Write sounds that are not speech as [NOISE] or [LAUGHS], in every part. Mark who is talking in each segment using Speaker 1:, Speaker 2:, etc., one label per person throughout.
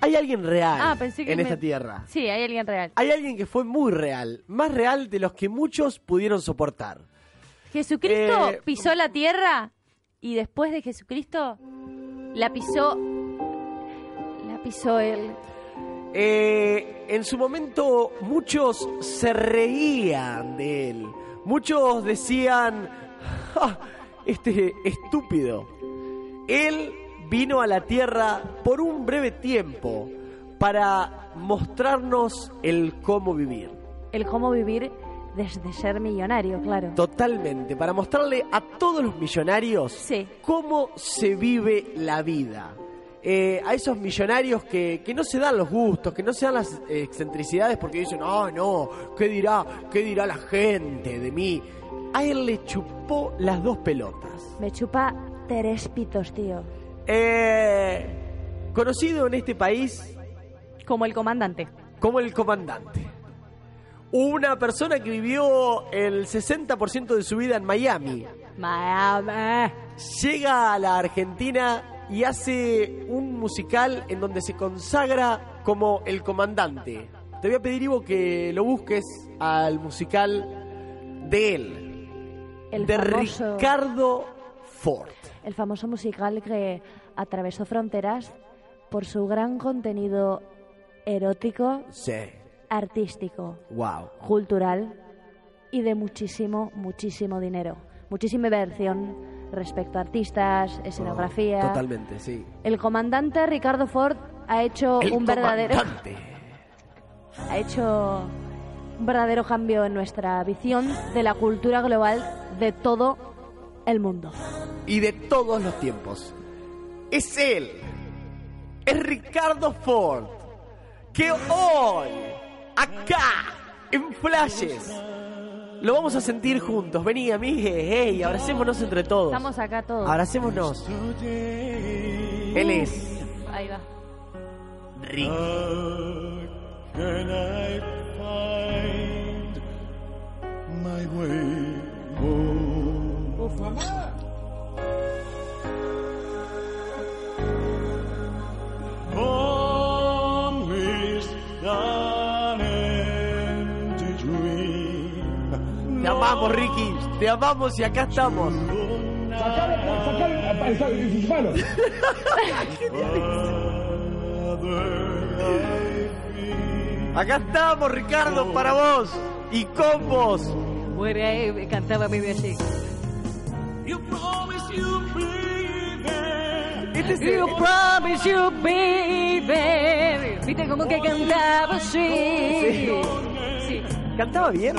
Speaker 1: hay alguien real
Speaker 2: Ah, pensé que
Speaker 1: en
Speaker 2: me-
Speaker 1: esta tierra.
Speaker 2: Sí, hay alguien real.
Speaker 1: Hay alguien que fue muy real, más real de los que muchos pudieron soportar.
Speaker 2: Jesucristo
Speaker 1: Eh,
Speaker 2: pisó la tierra y después de Jesucristo la pisó. La pisó él.
Speaker 1: Eh, en su momento muchos se reían de él. Muchos decían, "Ja, este estúpido. Él vino a la tierra por un breve tiempo para mostrarnos el cómo vivir.
Speaker 2: El cómo vivir desde ser millonario, claro.
Speaker 1: Totalmente, para mostrarle a todos los millonarios
Speaker 2: Sí.
Speaker 1: cómo se vive la vida. Eh, a esos millonarios que, que no se dan los gustos, que no se dan las eh, excentricidades porque dicen, oh no, ¿qué dirá? ¿Qué dirá la gente de mí? A él le chupó las dos pelotas.
Speaker 2: Me chupa tres pitos, tío.
Speaker 1: Eh, conocido en este país
Speaker 2: Como el comandante.
Speaker 1: como el comandante. Una persona que vivió el 60% de su vida en Miami,
Speaker 2: Miami.
Speaker 1: llega a la Argentina y hace un musical en donde se consagra como el comandante. Te voy a pedir, Ivo, que lo busques al musical de él,
Speaker 2: El
Speaker 1: de
Speaker 2: famoso,
Speaker 1: Ricardo Ford.
Speaker 2: el famoso musical que atravesó fronteras por su gran contenido erótico,
Speaker 1: Sí,
Speaker 2: artístico,
Speaker 1: wow.
Speaker 2: cultural y de muchísimo, muchísimo dinero. Muchísima versión respecto a artistas, escenografía.
Speaker 1: Ah, Totalmente, sí.
Speaker 2: El comandante Ricardo Ford ha hecho
Speaker 1: El
Speaker 2: un verdadero
Speaker 1: comandante.
Speaker 2: ha hecho un verdadero cambio en nuestra visión de la cultura global de todo el mundo.
Speaker 1: y de todos los tiempos. Es él, es Ricardo Ford, que hoy, acá, en Flashes, lo vamos a sentir juntos. Vení, amigues, hey, abracémonos entre todos.
Speaker 2: Estamos acá todos.
Speaker 1: Abracémonos. Él es
Speaker 2: Ahí va.
Speaker 1: Rick.
Speaker 3: Can I find my way home? Home is an empty dream.
Speaker 1: Te amamos, Ricky. Te amamos y acá estamos.
Speaker 3: Other
Speaker 1: Acá estamos, Ricardo, para vos y con vos.
Speaker 2: cantaba mi así.
Speaker 3: You promise you'll be there.
Speaker 1: Este es
Speaker 2: You
Speaker 1: el-
Speaker 2: promise you, baby. Viste como que cantaba así. Sí.
Speaker 1: ¿Cantaba bien?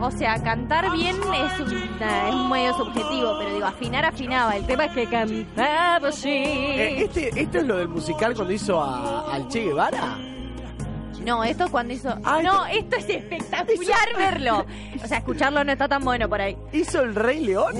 Speaker 2: O sea, cantar bien es, una- es medio subjetivo, pero digo, afinar afinaba. El tema es que
Speaker 1: Eh,
Speaker 2: cantaba así.
Speaker 1: este, ¿Esto es lo del musical cuando hizo a- al Che Guevara?
Speaker 2: No, esto es cuando hizo.
Speaker 1: Ah,
Speaker 2: no, esto es espectacular verlo. O sea, escucharlo no está tan bueno por ahí.
Speaker 1: ¿Hizo el Rey León?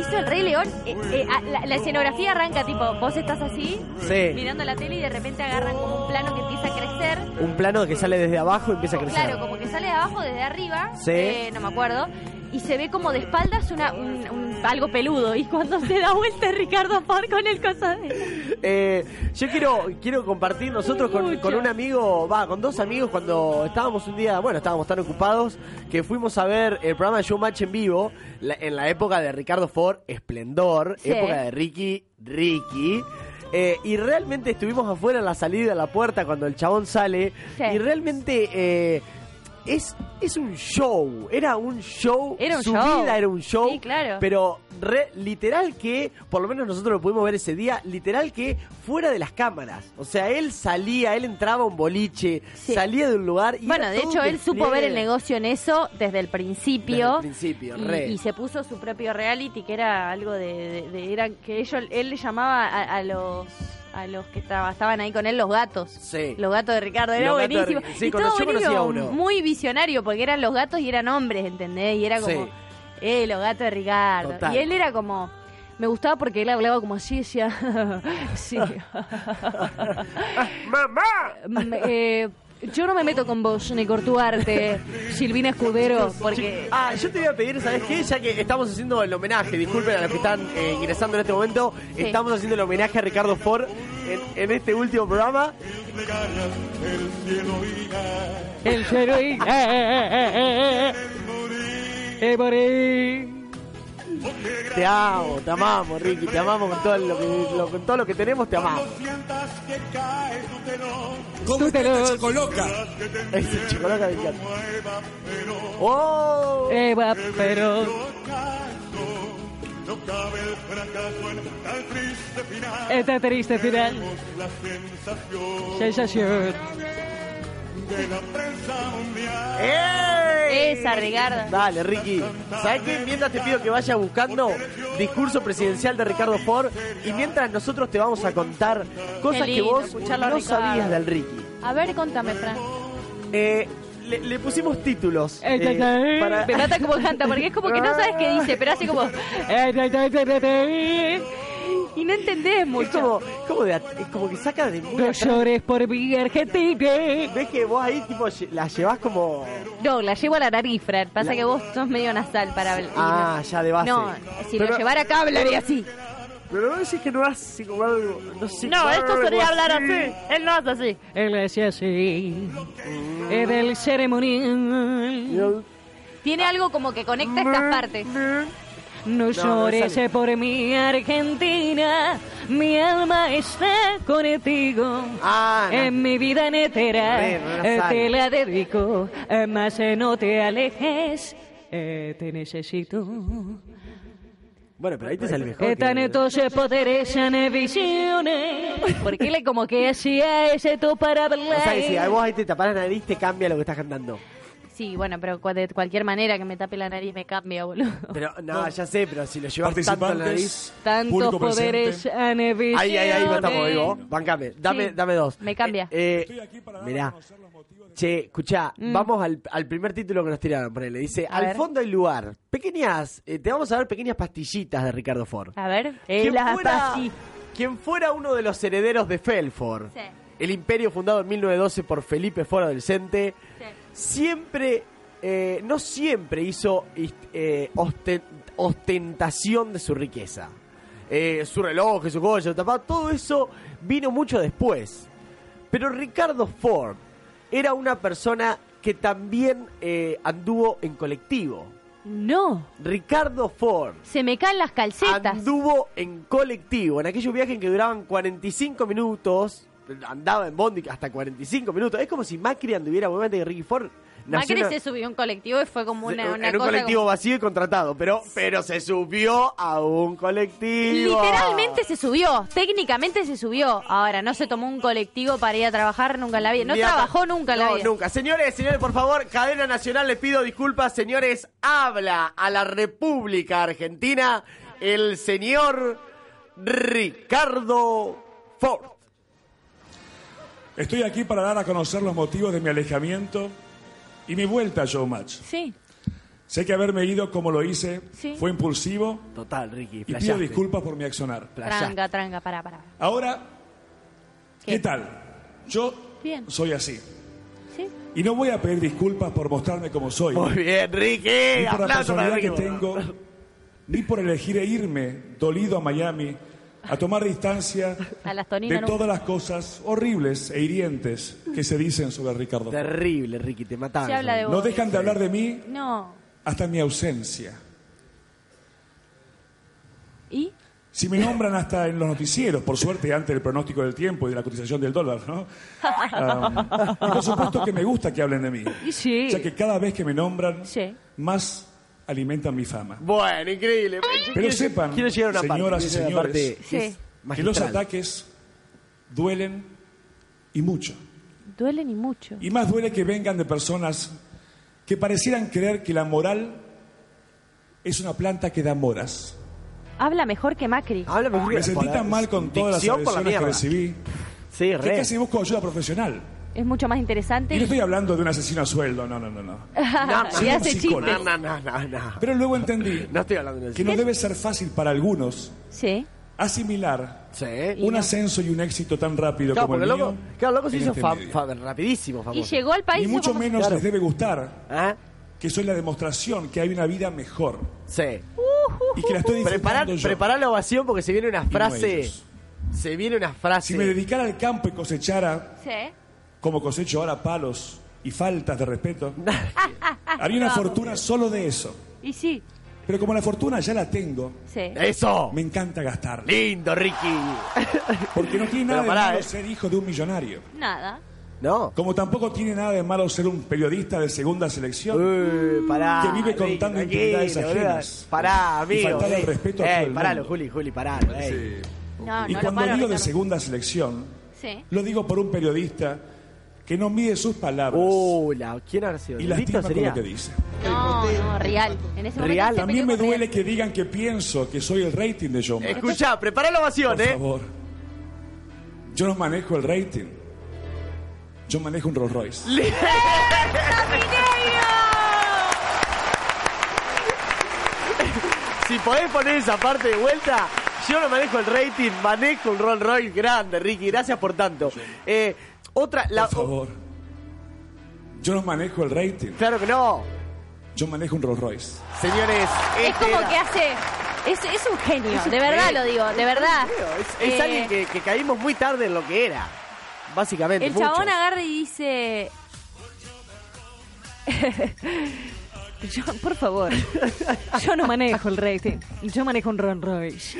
Speaker 2: Hizo el Rey León. eh, eh, a- la, la escenografía arranca tipo, vos estás así,
Speaker 1: Sí.
Speaker 2: mirando la tele y de repente agarran como un plano que empieza a crecer.
Speaker 1: Un plano que sale desde abajo y empieza a crecer.
Speaker 2: Claro, como que sale de abajo, desde arriba,
Speaker 1: Sí.
Speaker 2: eh, no me acuerdo, y se ve como de espaldas una, un- un- algo peludo. Y cuando se da vuelta Ricardo Ford con el cosa de...
Speaker 1: Eh, yo quiero, quiero compartir nosotros con,
Speaker 2: Mucho.
Speaker 1: con un amigo, va, con dos amigos cuando estábamos un día, bueno, estábamos tan ocupados que fuimos a ver el programa de Showmatch en vivo la- en la época de Ricardo Ford, Esplendor,
Speaker 2: Sí.
Speaker 1: época de Ricky, Ricky. eh, y realmente estuvimos afuera en la salida, en la puerta, cuando el chabón sale.
Speaker 2: Sí.
Speaker 1: Y realmente eh, es, es un show. Era un show.
Speaker 2: Era un
Speaker 1: Su
Speaker 2: show.
Speaker 1: vida era un show.
Speaker 2: Sí, claro.
Speaker 1: Pero re- literal que, por lo menos nosotros lo pudimos ver ese día, literal que fuera de las cámaras. O sea, él salía, él entraba a un boliche,
Speaker 2: Sí.
Speaker 1: salía de un lugar. Y
Speaker 2: Bueno,
Speaker 1: era
Speaker 2: de
Speaker 1: todo
Speaker 2: hecho,
Speaker 1: un
Speaker 2: él supo ver el
Speaker 1: despliegue.
Speaker 2: negocio en eso desde el
Speaker 1: Desde
Speaker 2: principio.
Speaker 1: el principio,
Speaker 2: y,
Speaker 1: re.
Speaker 2: y se puso su propio reality, que era algo de... de- de- era que ellos, él le llamaba a, a los a los que traba- estaban ahí con él los gatos.
Speaker 1: Sí.
Speaker 2: Los gatos de Ricardo, era
Speaker 1: Los gatos de
Speaker 2: buenísimo.
Speaker 1: Ricardo. Sí,
Speaker 2: y
Speaker 1: cono-
Speaker 2: todo
Speaker 1: yo
Speaker 2: buenísimo,
Speaker 1: conocía uno.
Speaker 2: muy visionario, porque eran los gatos y eran hombres, ¿entendés? Y era como,
Speaker 1: Sí.
Speaker 2: eh, los gatos de Ricardo.
Speaker 1: Total.
Speaker 2: Y él era como, me gustaba porque él hablaba como así, decía, [LAUGHS] sí.
Speaker 1: ¡Mamá!
Speaker 2: Mm, eh,
Speaker 4: Yo no me meto con vos, ni con tu arte, Silvina Escudero, porque...
Speaker 1: Ah, yo te voy a pedir, ¿sabes qué? Ya que estamos haciendo el homenaje, disculpen a los que están eh, ingresando en este momento,
Speaker 4: Sí.
Speaker 1: estamos haciendo el homenaje a Ricardo Ford en, en este último programa.
Speaker 3: plegarias el cielo irá.
Speaker 4: El cero
Speaker 5: Eh,
Speaker 4: y...
Speaker 1: Te amo, te amamos, Ricky, te amamos con todo lo que, lo- con todo lo que tenemos, te amamos.
Speaker 3: Cuando sientas que cae tu telón,
Speaker 6: ¿Cómo está esta chico loca?
Speaker 1: Ese chico loca me encanta. ¡Oh!
Speaker 4: Eh, pero...
Speaker 3: no cabe el fracaso en tan triste final.
Speaker 4: Esta triste final,
Speaker 3: La sensación
Speaker 4: sensación.
Speaker 3: de la prensa
Speaker 1: [LAUGHS]
Speaker 3: mundial.
Speaker 1: ¡Ey!
Speaker 4: Esa, Ricardo.
Speaker 1: Dale, Ricky. ¿Sabes qué? Mientras te pido que vayas buscando discurso presidencial de Ricardo Ford y mientras nosotros te vamos a contar cosas
Speaker 4: Qué
Speaker 1: que
Speaker 4: lindo
Speaker 1: vos
Speaker 4: escucharlo a
Speaker 1: no
Speaker 4: Ricardo.
Speaker 1: sabías del Ricky.
Speaker 4: A ver, contame, Fran.
Speaker 1: Eh, le, le pusimos títulos.
Speaker 4: Eh,
Speaker 1: eh,
Speaker 4: eh, eh.
Speaker 1: para-
Speaker 5: Me mata como canta, porque es como que no sabes
Speaker 1: Ah.
Speaker 5: qué dice, pero hace como. Y no entendés
Speaker 1: Es
Speaker 5: mucho.
Speaker 1: como, como de at- es como que saca de muy
Speaker 5: Dos
Speaker 1: atrás.
Speaker 5: llores por mi Argentina.
Speaker 1: Ves que vos ahí tipo lle- la llevás como.
Speaker 5: No, la llevo a la nariz, Fran. Pasa que vos sos medio nasal para hablar.
Speaker 1: Ah, ya de base.
Speaker 5: No, si
Speaker 1: Pero-
Speaker 5: lo llevara acá hablaría así.
Speaker 1: Pero no decís que no haces como algo. No, sé,
Speaker 5: No, esto
Speaker 1: algo
Speaker 5: sería hablar así. Él no hace así. Él hace así. Es del ceremonial.
Speaker 4: Tiene
Speaker 5: Ah.
Speaker 4: algo como que conecta estas partes.
Speaker 5: No llores eh,
Speaker 1: sale.
Speaker 5: por mi Argentina, mi alma está contigo.
Speaker 1: Ah, no.
Speaker 5: En mi vida en etera,
Speaker 1: Re, no la
Speaker 5: eh,
Speaker 1: sale.
Speaker 5: te la dedico, eh, más eh, no te alejes, eh, te necesito.
Speaker 1: Bueno, pero ahí te sale mejor. que-
Speaker 5: Están estos eh, poderes en visiones. Porque le [LAUGHS] como que hacía ese to para
Speaker 1: O sea que si a
Speaker 5: hablar.
Speaker 1: vos ahí te tapás la nariz, te cambia lo que estás cantando.
Speaker 5: Sí, bueno, pero cua- de cualquier manera que me tape la nariz me cambia, boludo.
Speaker 1: Pero no, ya sé, pero si lo llevas tanto en la nariz.
Speaker 6: Participantes,
Speaker 5: Tantos
Speaker 6: público
Speaker 5: poderes
Speaker 6: presente.
Speaker 5: en visiones.
Speaker 1: Ahí, ahí, ahí, estamos, digo. Bancame, dame,
Speaker 5: Sí.
Speaker 1: dame dos.
Speaker 5: Me cambia.
Speaker 1: Eh, eh, mirá. Che, escuchá, vamos al, al primer título que nos tiraron, ponele. Dice, al
Speaker 5: Mm. ver.
Speaker 1: fondo hay lugar. Pequeñas, eh, te vamos a dar pequeñas pastillitas de Ricardo Ford.
Speaker 5: A ver,
Speaker 1: Quien
Speaker 5: eh, la
Speaker 1: fuera-
Speaker 5: pasi-
Speaker 1: quien fuera uno de los herederos de Felford,
Speaker 4: Sí.
Speaker 1: el imperio fundado en 1912 por Felipe Ford Adelcente, siempre, eh, no siempre hizo hist- eh, osten- ostentación de su riqueza. Eh, su reloj, su joya, su tapado, todo eso vino mucho después. Pero Ricardo Ford era una persona que también eh, anduvo en colectivo.
Speaker 5: No,
Speaker 1: Ricardo Ford
Speaker 5: se me caen las calcetas.
Speaker 1: anduvo en colectivo, en aquellos viajes en que duraban 45 minutos, andaba en bondi hasta 45 minutos. Es como si Macri anduviera, obviamente, que Ricky Ford. nació
Speaker 5: Macri
Speaker 1: en-
Speaker 5: se subió a un colectivo y fue como una,
Speaker 1: en
Speaker 5: una
Speaker 1: un
Speaker 5: cosa
Speaker 1: colectivo vacío y contratado, pero, pero se subió a un
Speaker 5: como-
Speaker 1: colectivo.
Speaker 5: Literalmente se subió, técnicamente se subió. Ahora, no se tomó un colectivo para ir a trabajar nunca en la vida. No
Speaker 1: Ni a-
Speaker 5: trabajó nunca en la
Speaker 1: No,
Speaker 5: vida.
Speaker 1: nunca. Señores, señores, por favor, cadena nacional, les pido disculpas. Señores, habla a la República Argentina el señor Ricardo Ford.
Speaker 6: Estoy aquí para dar a conocer los motivos de mi alejamiento y mi vuelta a Showmatch.
Speaker 5: Sí,
Speaker 6: Sé que haberme ido como lo hice
Speaker 5: Sí.
Speaker 6: fue impulsivo
Speaker 1: Total, Ricky.
Speaker 6: y pido
Speaker 1: flasheaste.
Speaker 6: disculpas por mi accionar.
Speaker 1: Flasheaste.
Speaker 5: tranca, tranca, para, para.
Speaker 6: Ahora, ¿qué,
Speaker 5: ¿Qué?
Speaker 6: tal? Yo
Speaker 5: Bien.
Speaker 6: soy así.
Speaker 5: Sí.
Speaker 6: Y no voy a pedir disculpas por mostrarme como soy,
Speaker 1: Muy bien,
Speaker 6: ni
Speaker 1: Ricky.
Speaker 6: por la
Speaker 1: Aplauso para
Speaker 6: personalidad
Speaker 1: Ricky.
Speaker 6: que tengo, ni por elegir e irme dolido a Miami a tomar distancia
Speaker 5: [LAUGHS] A las
Speaker 6: de
Speaker 5: toninas nunca.
Speaker 6: todas las cosas horribles e hirientes que se dicen sobre Ricardo.
Speaker 1: Terrible, Ricky, te mataron.
Speaker 5: Se habla de vos.
Speaker 6: No dejan de hablar de mí
Speaker 5: No.
Speaker 6: hasta mi ausencia.
Speaker 5: ¿Y?
Speaker 6: Si me nombran hasta en los noticieros, por suerte, antes del pronóstico del tiempo y de la cotización del
Speaker 5: [LAUGHS]
Speaker 6: dólar, ¿no? Ah, y por supuesto que me gusta que hablen de mí.
Speaker 5: Y sí.
Speaker 6: Ya que cada vez que me nombran,
Speaker 5: Sí.
Speaker 6: más alimentan mi fama.
Speaker 1: Bueno, increíble.
Speaker 6: Pero sepan,
Speaker 1: quiero llegar a una
Speaker 6: señoras y
Speaker 1: parte, quiero llegar a una
Speaker 6: señores,
Speaker 1: parte que es
Speaker 5: Sí.
Speaker 6: que los
Speaker 1: magistral.
Speaker 6: ataques duelen y mucho.
Speaker 5: Duele ni mucho.
Speaker 6: Y más duele que vengan de personas que parecieran creer que la moral es una planta que da moras.
Speaker 5: Habla mejor que Macri.
Speaker 1: Habla mejor
Speaker 6: Me
Speaker 1: que-
Speaker 6: sentí
Speaker 1: por la-
Speaker 6: tan mal con todas las
Speaker 1: dicción por la
Speaker 6: agresiones que
Speaker 1: mierda.
Speaker 6: recibí
Speaker 1: Sí,
Speaker 6: que
Speaker 1: re.
Speaker 6: casi busco ayuda profesional.
Speaker 5: Es mucho más
Speaker 6: Y
Speaker 5: [LAUGHS]
Speaker 6: no
Speaker 5: interesante.
Speaker 6: estoy hablando de un asesino a sueldo, no, no, no, no.
Speaker 1: No,
Speaker 5: Y
Speaker 1: no,
Speaker 5: hace
Speaker 6: psicólogo.
Speaker 5: chistes.
Speaker 1: No, no, no, no, no.
Speaker 6: Pero luego entendí
Speaker 1: No estoy hablando de
Speaker 6: que
Speaker 1: eso.
Speaker 6: no debe ser fácil para algunos
Speaker 5: Sí.
Speaker 6: asimilar
Speaker 1: Sí.
Speaker 6: un ascenso y un éxito tan rápido
Speaker 1: Claro,
Speaker 6: como
Speaker 1: porque
Speaker 6: el
Speaker 1: loco,
Speaker 6: mío,
Speaker 1: claro, loco se
Speaker 6: en
Speaker 1: hizo
Speaker 6: este
Speaker 1: fa-
Speaker 6: medio.
Speaker 1: fa- rapidísimo, famoso.
Speaker 2: Y llegó al país.
Speaker 6: y
Speaker 2: y
Speaker 6: mucho
Speaker 2: fue
Speaker 6: menos
Speaker 1: Claro.
Speaker 6: les debe gustar
Speaker 1: ¿Ah?
Speaker 6: que soy la demostración que hay una vida mejor
Speaker 1: Sí.
Speaker 6: y que la estoy
Speaker 1: Prepará,
Speaker 6: disfrutando yo.
Speaker 1: prepará la ovación porque se viene una
Speaker 6: no
Speaker 1: frase.
Speaker 6: ellos.
Speaker 1: se viene una frase.
Speaker 6: Si me dedicara al campo y cosechara
Speaker 2: como- Sí.
Speaker 6: como cosecho ahora palos y faltas
Speaker 1: [LAUGHS]
Speaker 6: de respeto, haría una fortuna solo de eso.
Speaker 2: Y sí.
Speaker 6: Pero como la fortuna ya la tengo,
Speaker 2: Sí.
Speaker 1: ¡Eso!
Speaker 6: me encanta gastarla.
Speaker 1: ¡Lindo, Ricky!
Speaker 6: Porque no tiene nada
Speaker 1: Pero pará,
Speaker 6: de malo
Speaker 1: eh.
Speaker 6: ser hijo de un millonario.
Speaker 2: Nada.
Speaker 1: ¿No?
Speaker 6: Como tampoco tiene nada de malo ser un periodista de segunda selección.
Speaker 1: Eh, pará.
Speaker 6: Que vive
Speaker 1: Ricky,
Speaker 6: contando
Speaker 1: tranquilo,
Speaker 6: intimidades
Speaker 1: boludo.
Speaker 6: ajenas.
Speaker 1: Pará,
Speaker 6: Y
Speaker 1: amigo.
Speaker 6: faltarle el
Speaker 1: eh.
Speaker 6: respeto a
Speaker 1: Ey,
Speaker 6: todo el
Speaker 1: paralo,
Speaker 6: mundo.
Speaker 1: Juli, Juli, paralo. ey.
Speaker 2: No,
Speaker 6: y
Speaker 2: no lo
Speaker 6: cuando
Speaker 2: paro.
Speaker 6: digo de
Speaker 2: Ricardo.
Speaker 6: segunda selección,
Speaker 2: Sí.
Speaker 6: lo digo por un periodista que no mide sus palabras
Speaker 1: Uh, la, ¿quién habrá sido?
Speaker 6: y
Speaker 1: ¿Lito
Speaker 6: lastima con
Speaker 1: sería?
Speaker 6: lo que dice.
Speaker 2: No, no, real. En ese momento
Speaker 1: Real.
Speaker 2: se
Speaker 6: También me
Speaker 2: peleó con
Speaker 6: duele
Speaker 2: real.
Speaker 6: que digan que pienso que soy el rating de John
Speaker 1: Escuchá, prepará la ovación,
Speaker 6: Por
Speaker 1: ¿eh? [LAUGHS]
Speaker 6: favor. Yo no manejo el rating. Yo manejo un Rolls Royce.
Speaker 1: Si podés poner esa parte de vuelta, yo no manejo el rating, manejo un Rolls Royce grande, Ricky. Gracias por tanto. Eh, otra, la.
Speaker 6: Por favor. Yo no manejo el rating.
Speaker 1: Claro que no,
Speaker 6: Yo manejo un Rolls Royce.
Speaker 1: señores.
Speaker 2: Es
Speaker 1: este
Speaker 2: como
Speaker 1: era-
Speaker 2: que hace. Es, es un genio.
Speaker 1: Es un
Speaker 2: de verdad
Speaker 1: genio.
Speaker 2: lo digo, de verdad.
Speaker 1: Es, es
Speaker 2: Eh,
Speaker 1: alguien que, que caímos muy tarde en lo que era. Básicamente.
Speaker 2: El chabón
Speaker 1: muchos.
Speaker 2: agarra y dice.
Speaker 5: Yo, por favor, yo no manejo el rating, yo manejo un Rolls Royce.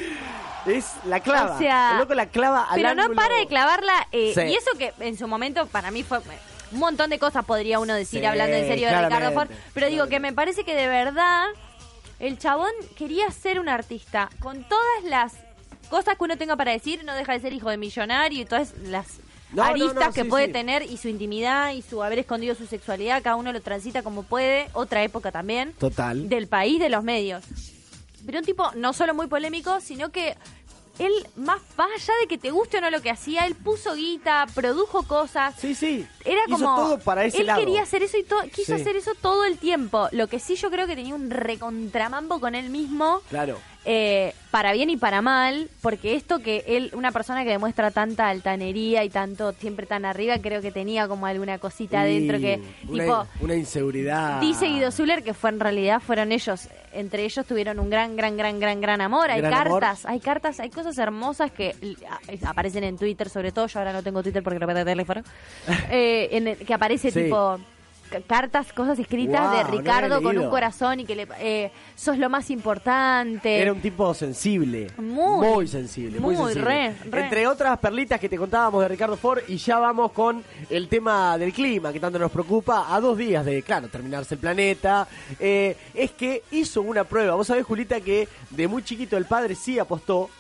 Speaker 1: Es la clava.
Speaker 2: O sea,
Speaker 1: el loco la clava al
Speaker 2: Pero no
Speaker 1: ángulo.
Speaker 2: para de clavarla. eh,
Speaker 1: Sí.
Speaker 2: Y eso que en su momento para mí fue eh, un montón de cosas, podría uno decir
Speaker 1: Sí,
Speaker 2: hablando en serio de Ricardo Ford.
Speaker 1: claramente,
Speaker 2: Pero digo
Speaker 1: claramente.
Speaker 2: que me parece que de verdad el chabón quería ser un artista. Con todas las cosas que uno tenga para decir, no deja de ser hijo de millonario y todas las
Speaker 1: No, no, no,
Speaker 2: aristas que
Speaker 1: sí,
Speaker 2: puede
Speaker 1: sí.
Speaker 2: tener y su intimidad y su haber escondido su sexualidad. Cada uno lo transita como puede. Otra época también.
Speaker 1: Total.
Speaker 2: Del país, de los medios. Pero un tipo no solo muy polémico, sino que él, más más allá de que te guste o no lo que hacía, él puso guita, produjo cosas.
Speaker 1: Sí, sí.
Speaker 2: Era
Speaker 1: Hizo
Speaker 2: como.
Speaker 1: todo para ese
Speaker 2: él
Speaker 1: lado.
Speaker 2: quería hacer eso y to- quiso
Speaker 1: Sí.
Speaker 2: hacer eso todo el tiempo. Lo que sí yo creo que tenía un recontramambo con él mismo.
Speaker 1: Claro.
Speaker 2: eh, para bien y para mal, porque esto que él, una persona que demuestra tanta altanería y tanto siempre tan arriba, creo que tenía como alguna cosita adentro que,
Speaker 1: Mm, una,
Speaker 2: tipo,
Speaker 1: una inseguridad.
Speaker 2: Dice Guido Zuller que fue en realidad fueron ellos, entre ellos tuvieron un gran, gran, gran, gran, gran amor. Hay
Speaker 1: Gran amor.
Speaker 2: cartas, hay cartas, hay cosas hermosas que l- a- aparecen en Twitter, sobre todo. Yo ahora no tengo Twitter porque lo perdí el
Speaker 1: [LAUGHS]
Speaker 2: teléfono. Eh, en el- que aparece
Speaker 1: Sí.
Speaker 2: tipo ca- cartas, cosas escritas
Speaker 1: Guau,
Speaker 2: de
Speaker 1: no lo he
Speaker 2: Ricardo con un
Speaker 1: leído.
Speaker 2: corazón y que le eh, sos lo más importante.
Speaker 1: Era un tipo sensible.
Speaker 2: Este, Muy.
Speaker 1: sensible. Muy,
Speaker 2: Muy,
Speaker 1: sensible.
Speaker 2: re, re.
Speaker 1: Entre otras perlitas que te contábamos de Ricardo Ford, y ya vamos con el tema del clima que tanto nos preocupa, a dos días de, claro, terminarse el planeta. eh, es que hizo una prueba. Vos sabés, Julita, que de muy chiquito el padre sí apostó.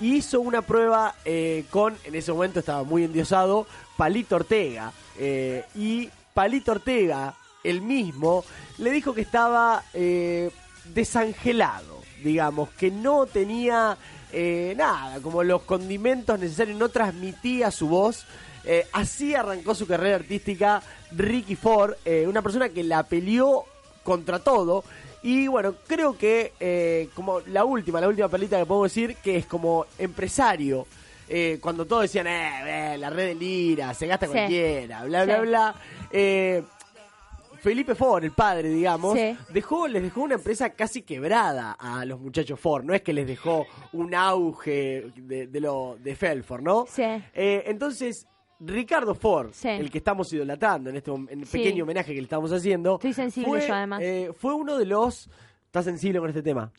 Speaker 1: Y hizo una prueba eh, con, en ese momento estaba muy endiosado, Palito Ortega. eh, y Palito Ortega, el mismo, le dijo que estaba eh, desangelado, digamos, que no tenía eh, nada, como los condimentos necesarios, no transmitía su voz. Eh, así arrancó su carrera artística Ricky Ford, eh, una persona que la peleó contra todo. Y bueno, creo que eh, como la última, la última perlita que podemos decir, que es como empresario. eh, cuando todos decían, eh, eh, la red de lira, se gasta
Speaker 2: Sí.
Speaker 1: cualquiera, bla, bla,
Speaker 2: Sí.
Speaker 1: bla. eh, Felipe Ford, el padre, digamos,
Speaker 2: Sí.
Speaker 1: dejó, les dejó una empresa casi quebrada a los muchachos Ford. No es que les dejó un auge de, de lo de Felford, ¿no?
Speaker 2: Sí.
Speaker 1: Eh, entonces, Ricardo Ford,
Speaker 2: Sí.
Speaker 1: el que estamos idolatrando en este mom- en el
Speaker 2: Sí.
Speaker 1: pequeño homenaje que le estamos haciendo.
Speaker 2: Estoy sensible
Speaker 1: fue,
Speaker 2: yo, además.
Speaker 1: eh, fue uno de los. ¿Estás sensible con este tema?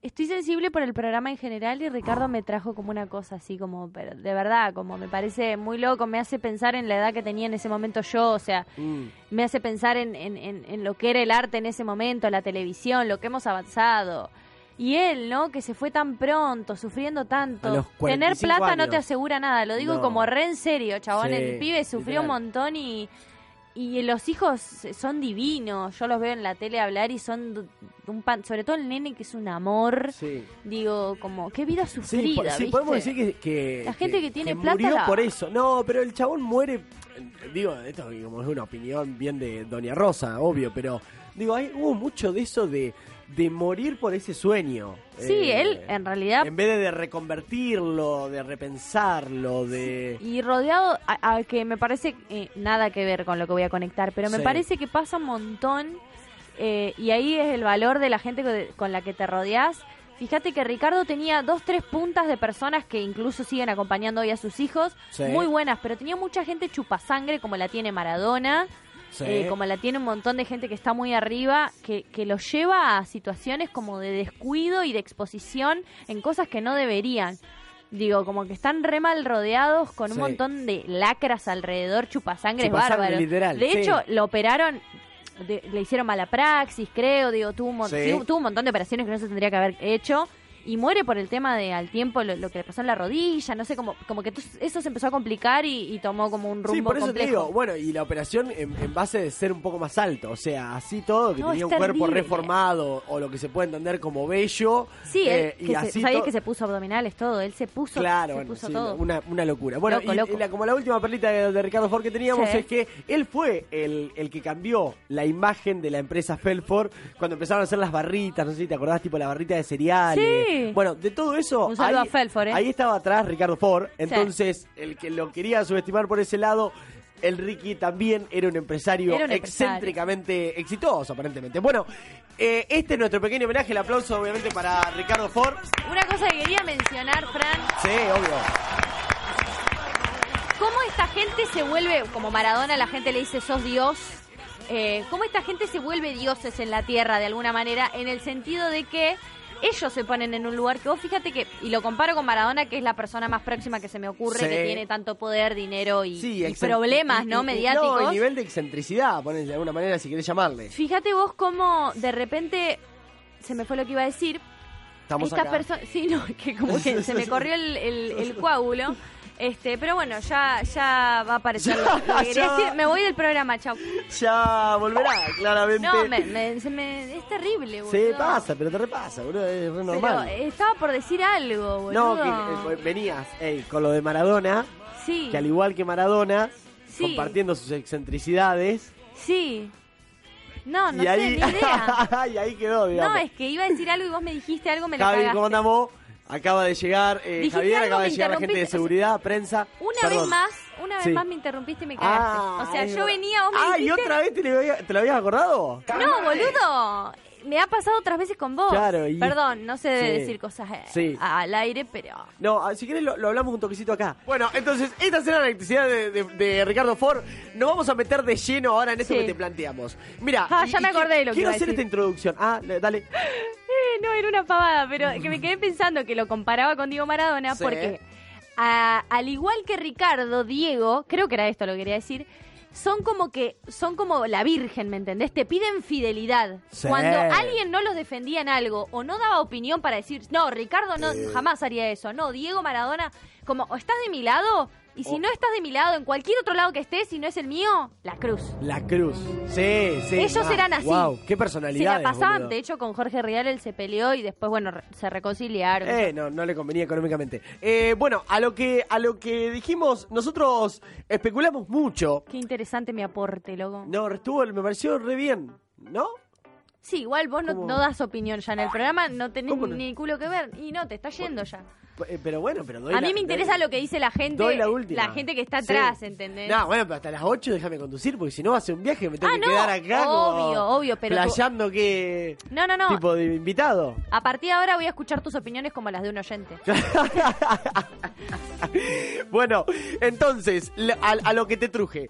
Speaker 2: Estoy sensible por el programa en general y Ricardo me trajo como una cosa así, como, pero de verdad, como me parece muy loco, me hace pensar en la edad que tenía en ese momento yo, o sea,
Speaker 1: Mm.
Speaker 2: me hace pensar en, en- en- en lo que era el arte en ese momento, la televisión, lo que hemos avanzado. Y él, ¿no? Que se fue tan pronto, sufriendo
Speaker 1: A los
Speaker 2: tanto.
Speaker 1: 45
Speaker 2: Tener plata no te
Speaker 1: años.
Speaker 2: asegura nada, lo digo
Speaker 1: No.
Speaker 2: como re en serio, chabón.
Speaker 1: Sí,
Speaker 2: el pibe
Speaker 1: literal.
Speaker 2: sufrió un montón y, y los hijos son divinos. Yo los veo en la tele hablar y son d- un pan, sobre todo el nene que es un amor.
Speaker 1: Sí.
Speaker 2: Digo, como, qué vida sufrida,
Speaker 1: Sí, po- sí,
Speaker 2: ¿viste?
Speaker 1: podemos decir que, que-
Speaker 2: La gente que tiene plata
Speaker 1: murió
Speaker 2: la-
Speaker 1: por eso. No, pero el chabón muere. Digo, esto como es una opinión bien de Doña Rosa, obvio, pero digo, hay, hubo mucho de eso de de morir por ese sueño.
Speaker 2: Sí, él, en realidad-
Speaker 1: eh, En vez de, de reconvertirlo, de repensarlo, de...
Speaker 2: Y rodeado, a, a que me parece eh, nada que ver con lo que voy a conectar, pero me
Speaker 1: Sí.
Speaker 2: parece que pasa un montón eh, y ahí es el valor de la gente co- con la que te rodeas. Fíjate que Ricardo tenía dos, tres puntas de personas que incluso siguen acompañando hoy a sus hijos,
Speaker 1: Sí.
Speaker 2: muy buenas, pero tenía mucha gente chupasangre como la tiene Maradona,
Speaker 1: Sí.
Speaker 2: eh, como la tiene un montón de gente que está muy arriba, que, que lo lleva a situaciones como de descuido y de exposición en cosas que no deberían. Digo, como que están re mal rodeados con
Speaker 1: Sí.
Speaker 2: un montón de lacras alrededor, chupasangres
Speaker 1: Chupasangre,
Speaker 2: bárbaros.
Speaker 1: literal,
Speaker 2: de
Speaker 1: sí.
Speaker 2: hecho, lo operaron, de- le hicieron mala praxis, creo, digo, tuvo un, mon-
Speaker 1: Sí.
Speaker 2: tuvo- tuvo un montón de operaciones que no se tendría que haber hecho. Y muere por el tema de al tiempo lo, lo que le pasó en la rodilla, no sé, como, como que tos- eso se empezó a complicar y, y tomó como un rumbo
Speaker 1: Sí, por eso
Speaker 2: complejo.
Speaker 1: te digo, bueno, y la operación en, en base de ser un poco más alto, o sea, así todo, que
Speaker 2: No,
Speaker 1: tenía
Speaker 2: es
Speaker 1: un cuerpo
Speaker 2: terrible.
Speaker 1: reformado o lo que se puede entender como bello.
Speaker 2: Sí,
Speaker 1: eh,
Speaker 2: él, que se-
Speaker 1: así
Speaker 2: sabías
Speaker 1: to-
Speaker 2: que se puso abdominales todo, él se [LAUGHS] puso,
Speaker 1: Claro,
Speaker 2: se
Speaker 1: bueno,
Speaker 2: puso
Speaker 1: sí,
Speaker 2: todo.
Speaker 1: Una, una locura. Bueno,
Speaker 2: Loco,
Speaker 1: y,
Speaker 2: loco.
Speaker 1: y la- como la última perlita de, de Ricardo Ford que teníamos
Speaker 2: Sí.
Speaker 1: es que él fue el, el que cambió la imagen de la empresa Felford cuando empezaron a hacer las barritas, no sé si te acordás, tipo la barrita de cereales.
Speaker 2: Sí.
Speaker 1: Bueno, de todo eso...
Speaker 2: Un saludo
Speaker 1: ahí,
Speaker 2: a Felford, ¿eh?
Speaker 1: Ahí estaba atrás Ricardo Ford, entonces el que lo quería subestimar por ese lado... El Ricky también era un empresario
Speaker 2: Era un empresario.
Speaker 1: excéntricamente exitoso, aparentemente. Bueno, eh, este es nuestro pequeño homenaje. El aplauso, obviamente, para Ricardo Ford.
Speaker 2: Una cosa que quería mencionar, Fran,
Speaker 1: Sí, obvio.
Speaker 2: cómo esta gente se vuelve, como Maradona la gente le dice, sos Dios, eh, cómo esta gente se vuelve dioses en la tierra de alguna manera, en el sentido de que ellos se ponen en un lugar que vos fíjate que, y lo comparo con Maradona, que es la persona más próxima que se me ocurre,
Speaker 1: Sí.
Speaker 2: que tiene tanto poder, dinero y, y
Speaker 1: excen-
Speaker 2: problemas,
Speaker 1: y- y-
Speaker 2: ¿no?
Speaker 1: y-
Speaker 2: Mediáticos.
Speaker 1: No, el nivel de excentricidad, ponele de alguna manera, si querés llamarle.
Speaker 2: Fíjate vos cómo de repente se me fue lo que iba a decir,
Speaker 1: Estamos
Speaker 2: Esta
Speaker 1: acá.
Speaker 2: persona, sí, no, que como que se me corrió el, el-
Speaker 1: [LAUGHS]
Speaker 2: el coágulo. Este, pero bueno, ya, ya va a aparecer lo que
Speaker 1: Ya,
Speaker 2: quería
Speaker 1: ya.
Speaker 2: decir. Me voy del programa, chau.
Speaker 1: Ya volverá, claramente.
Speaker 2: No, me, me- se me- es terrible, boludo.
Speaker 1: Se pasa, pero te repasa, boludo, es re
Speaker 2: Pero
Speaker 1: normal.
Speaker 2: estaba por decir algo, boludo.
Speaker 1: no, que eh, venías ey, con lo de Maradona,
Speaker 2: sí,
Speaker 1: que al igual que Maradona,
Speaker 2: Sí.
Speaker 1: compartiendo sus excentricidades,
Speaker 2: sí. No, no
Speaker 1: y,
Speaker 2: sé,
Speaker 1: ahí...
Speaker 2: ni idea.
Speaker 1: y ahí quedó, [LAUGHS] digamos.
Speaker 2: No, es que iba a decir algo y vos me dijiste algo, me la
Speaker 1: Javi,
Speaker 2: cagaste.
Speaker 1: ¿cómo andamos? Acaba de llegar, eh,
Speaker 2: Dijiste
Speaker 1: Javier,
Speaker 2: algo,
Speaker 1: acaba de
Speaker 2: me
Speaker 1: llegar la gente de
Speaker 2: interrumpiste, o sea,
Speaker 1: seguridad, prensa.
Speaker 2: Una vez
Speaker 1: Perdón.
Speaker 2: más, una vez
Speaker 1: Sí.
Speaker 2: más me interrumpiste y me cagaste.
Speaker 1: Ah,
Speaker 2: o sea,
Speaker 1: es
Speaker 2: yo
Speaker 1: verdad.
Speaker 2: venía, vos me
Speaker 1: Ah, ¿y
Speaker 2: dijiste-
Speaker 1: otra vez te lo, había- te lo habías acordado?
Speaker 2: No, boludo. Me ha pasado otras veces con vos.
Speaker 1: Claro, y-
Speaker 2: Perdón, no sé
Speaker 1: Sí.
Speaker 2: de decir cosas eh,
Speaker 1: Sí.
Speaker 2: al aire, pero...
Speaker 1: No, ah, si querés lo, lo hablamos un toquecito acá. Bueno, entonces, esta será la electricidad de, de- de Ricardo Ford. Nos vamos a meter de lleno ahora en esto
Speaker 2: Sí.
Speaker 1: que te planteamos. Mira,
Speaker 2: Ah, ya me
Speaker 1: qui-
Speaker 2: acordé de lo que
Speaker 1: Quiero
Speaker 2: iba a
Speaker 1: hacer
Speaker 2: decir.
Speaker 1: esta introducción. Ah, le- dale.
Speaker 2: Eh, no, era una pavada, pero que me quedé pensando que lo comparaba con Diego Maradona
Speaker 1: Sí.
Speaker 2: porque, a- al igual que Ricardo, Diego, creo que era esto lo que quería decir, son como que, son como la virgen, ¿me entendés? Te piden fidelidad.
Speaker 1: Sí.
Speaker 2: Cuando alguien no los defendía en algo o no daba opinión para decir, no, Ricardo no, jamás haría eso, no, Diego Maradona, como, o estás de mi lado, y si
Speaker 1: O-
Speaker 2: no estás de mi lado, en cualquier otro lado que estés, si no es el mío, la cruz.
Speaker 1: La Cruz. Sí, sí.
Speaker 2: Ellos eran así.
Speaker 1: Wow, qué
Speaker 2: Se
Speaker 1: personalidad.
Speaker 2: la pasaban, de hecho, con Jorge Rial él se peleó y después, bueno, re- se reconciliaron.
Speaker 1: Eh, no, no le convenía económicamente. Eh, bueno, a lo que a lo que dijimos, nosotros especulamos mucho.
Speaker 2: Qué interesante mi aporte, loco.
Speaker 1: No, estuvo, me pareció re bien, ¿no?
Speaker 2: Sí, igual vos no,
Speaker 1: ¿Cómo?
Speaker 2: no das opinión ya en el programa, no tenés
Speaker 1: ¿Cómo no?
Speaker 2: ni culo que ver y no, te está yendo ya.
Speaker 1: P- eh, Pero bueno, pero doy
Speaker 2: A mí
Speaker 1: la-
Speaker 2: me
Speaker 1: doy-
Speaker 2: interesa lo que dice la gente,
Speaker 1: Doy la última.
Speaker 2: gente que está
Speaker 1: Sí.
Speaker 2: atrás, ¿entendés?
Speaker 1: No, bueno, pero hasta las 8 déjame conducir, porque si no va a ser un viaje, me tengo
Speaker 2: Ah,
Speaker 1: que
Speaker 2: no,
Speaker 1: quedar acá. como
Speaker 2: obvio, obvio, pero tú-
Speaker 1: Playando que.
Speaker 2: No, no, no.
Speaker 1: Tipo de invitado. [LAUGHS]
Speaker 2: A partir de ahora voy a escuchar tus opiniones como las de un oyente.
Speaker 1: bueno, entonces, la- a, a lo que te truje.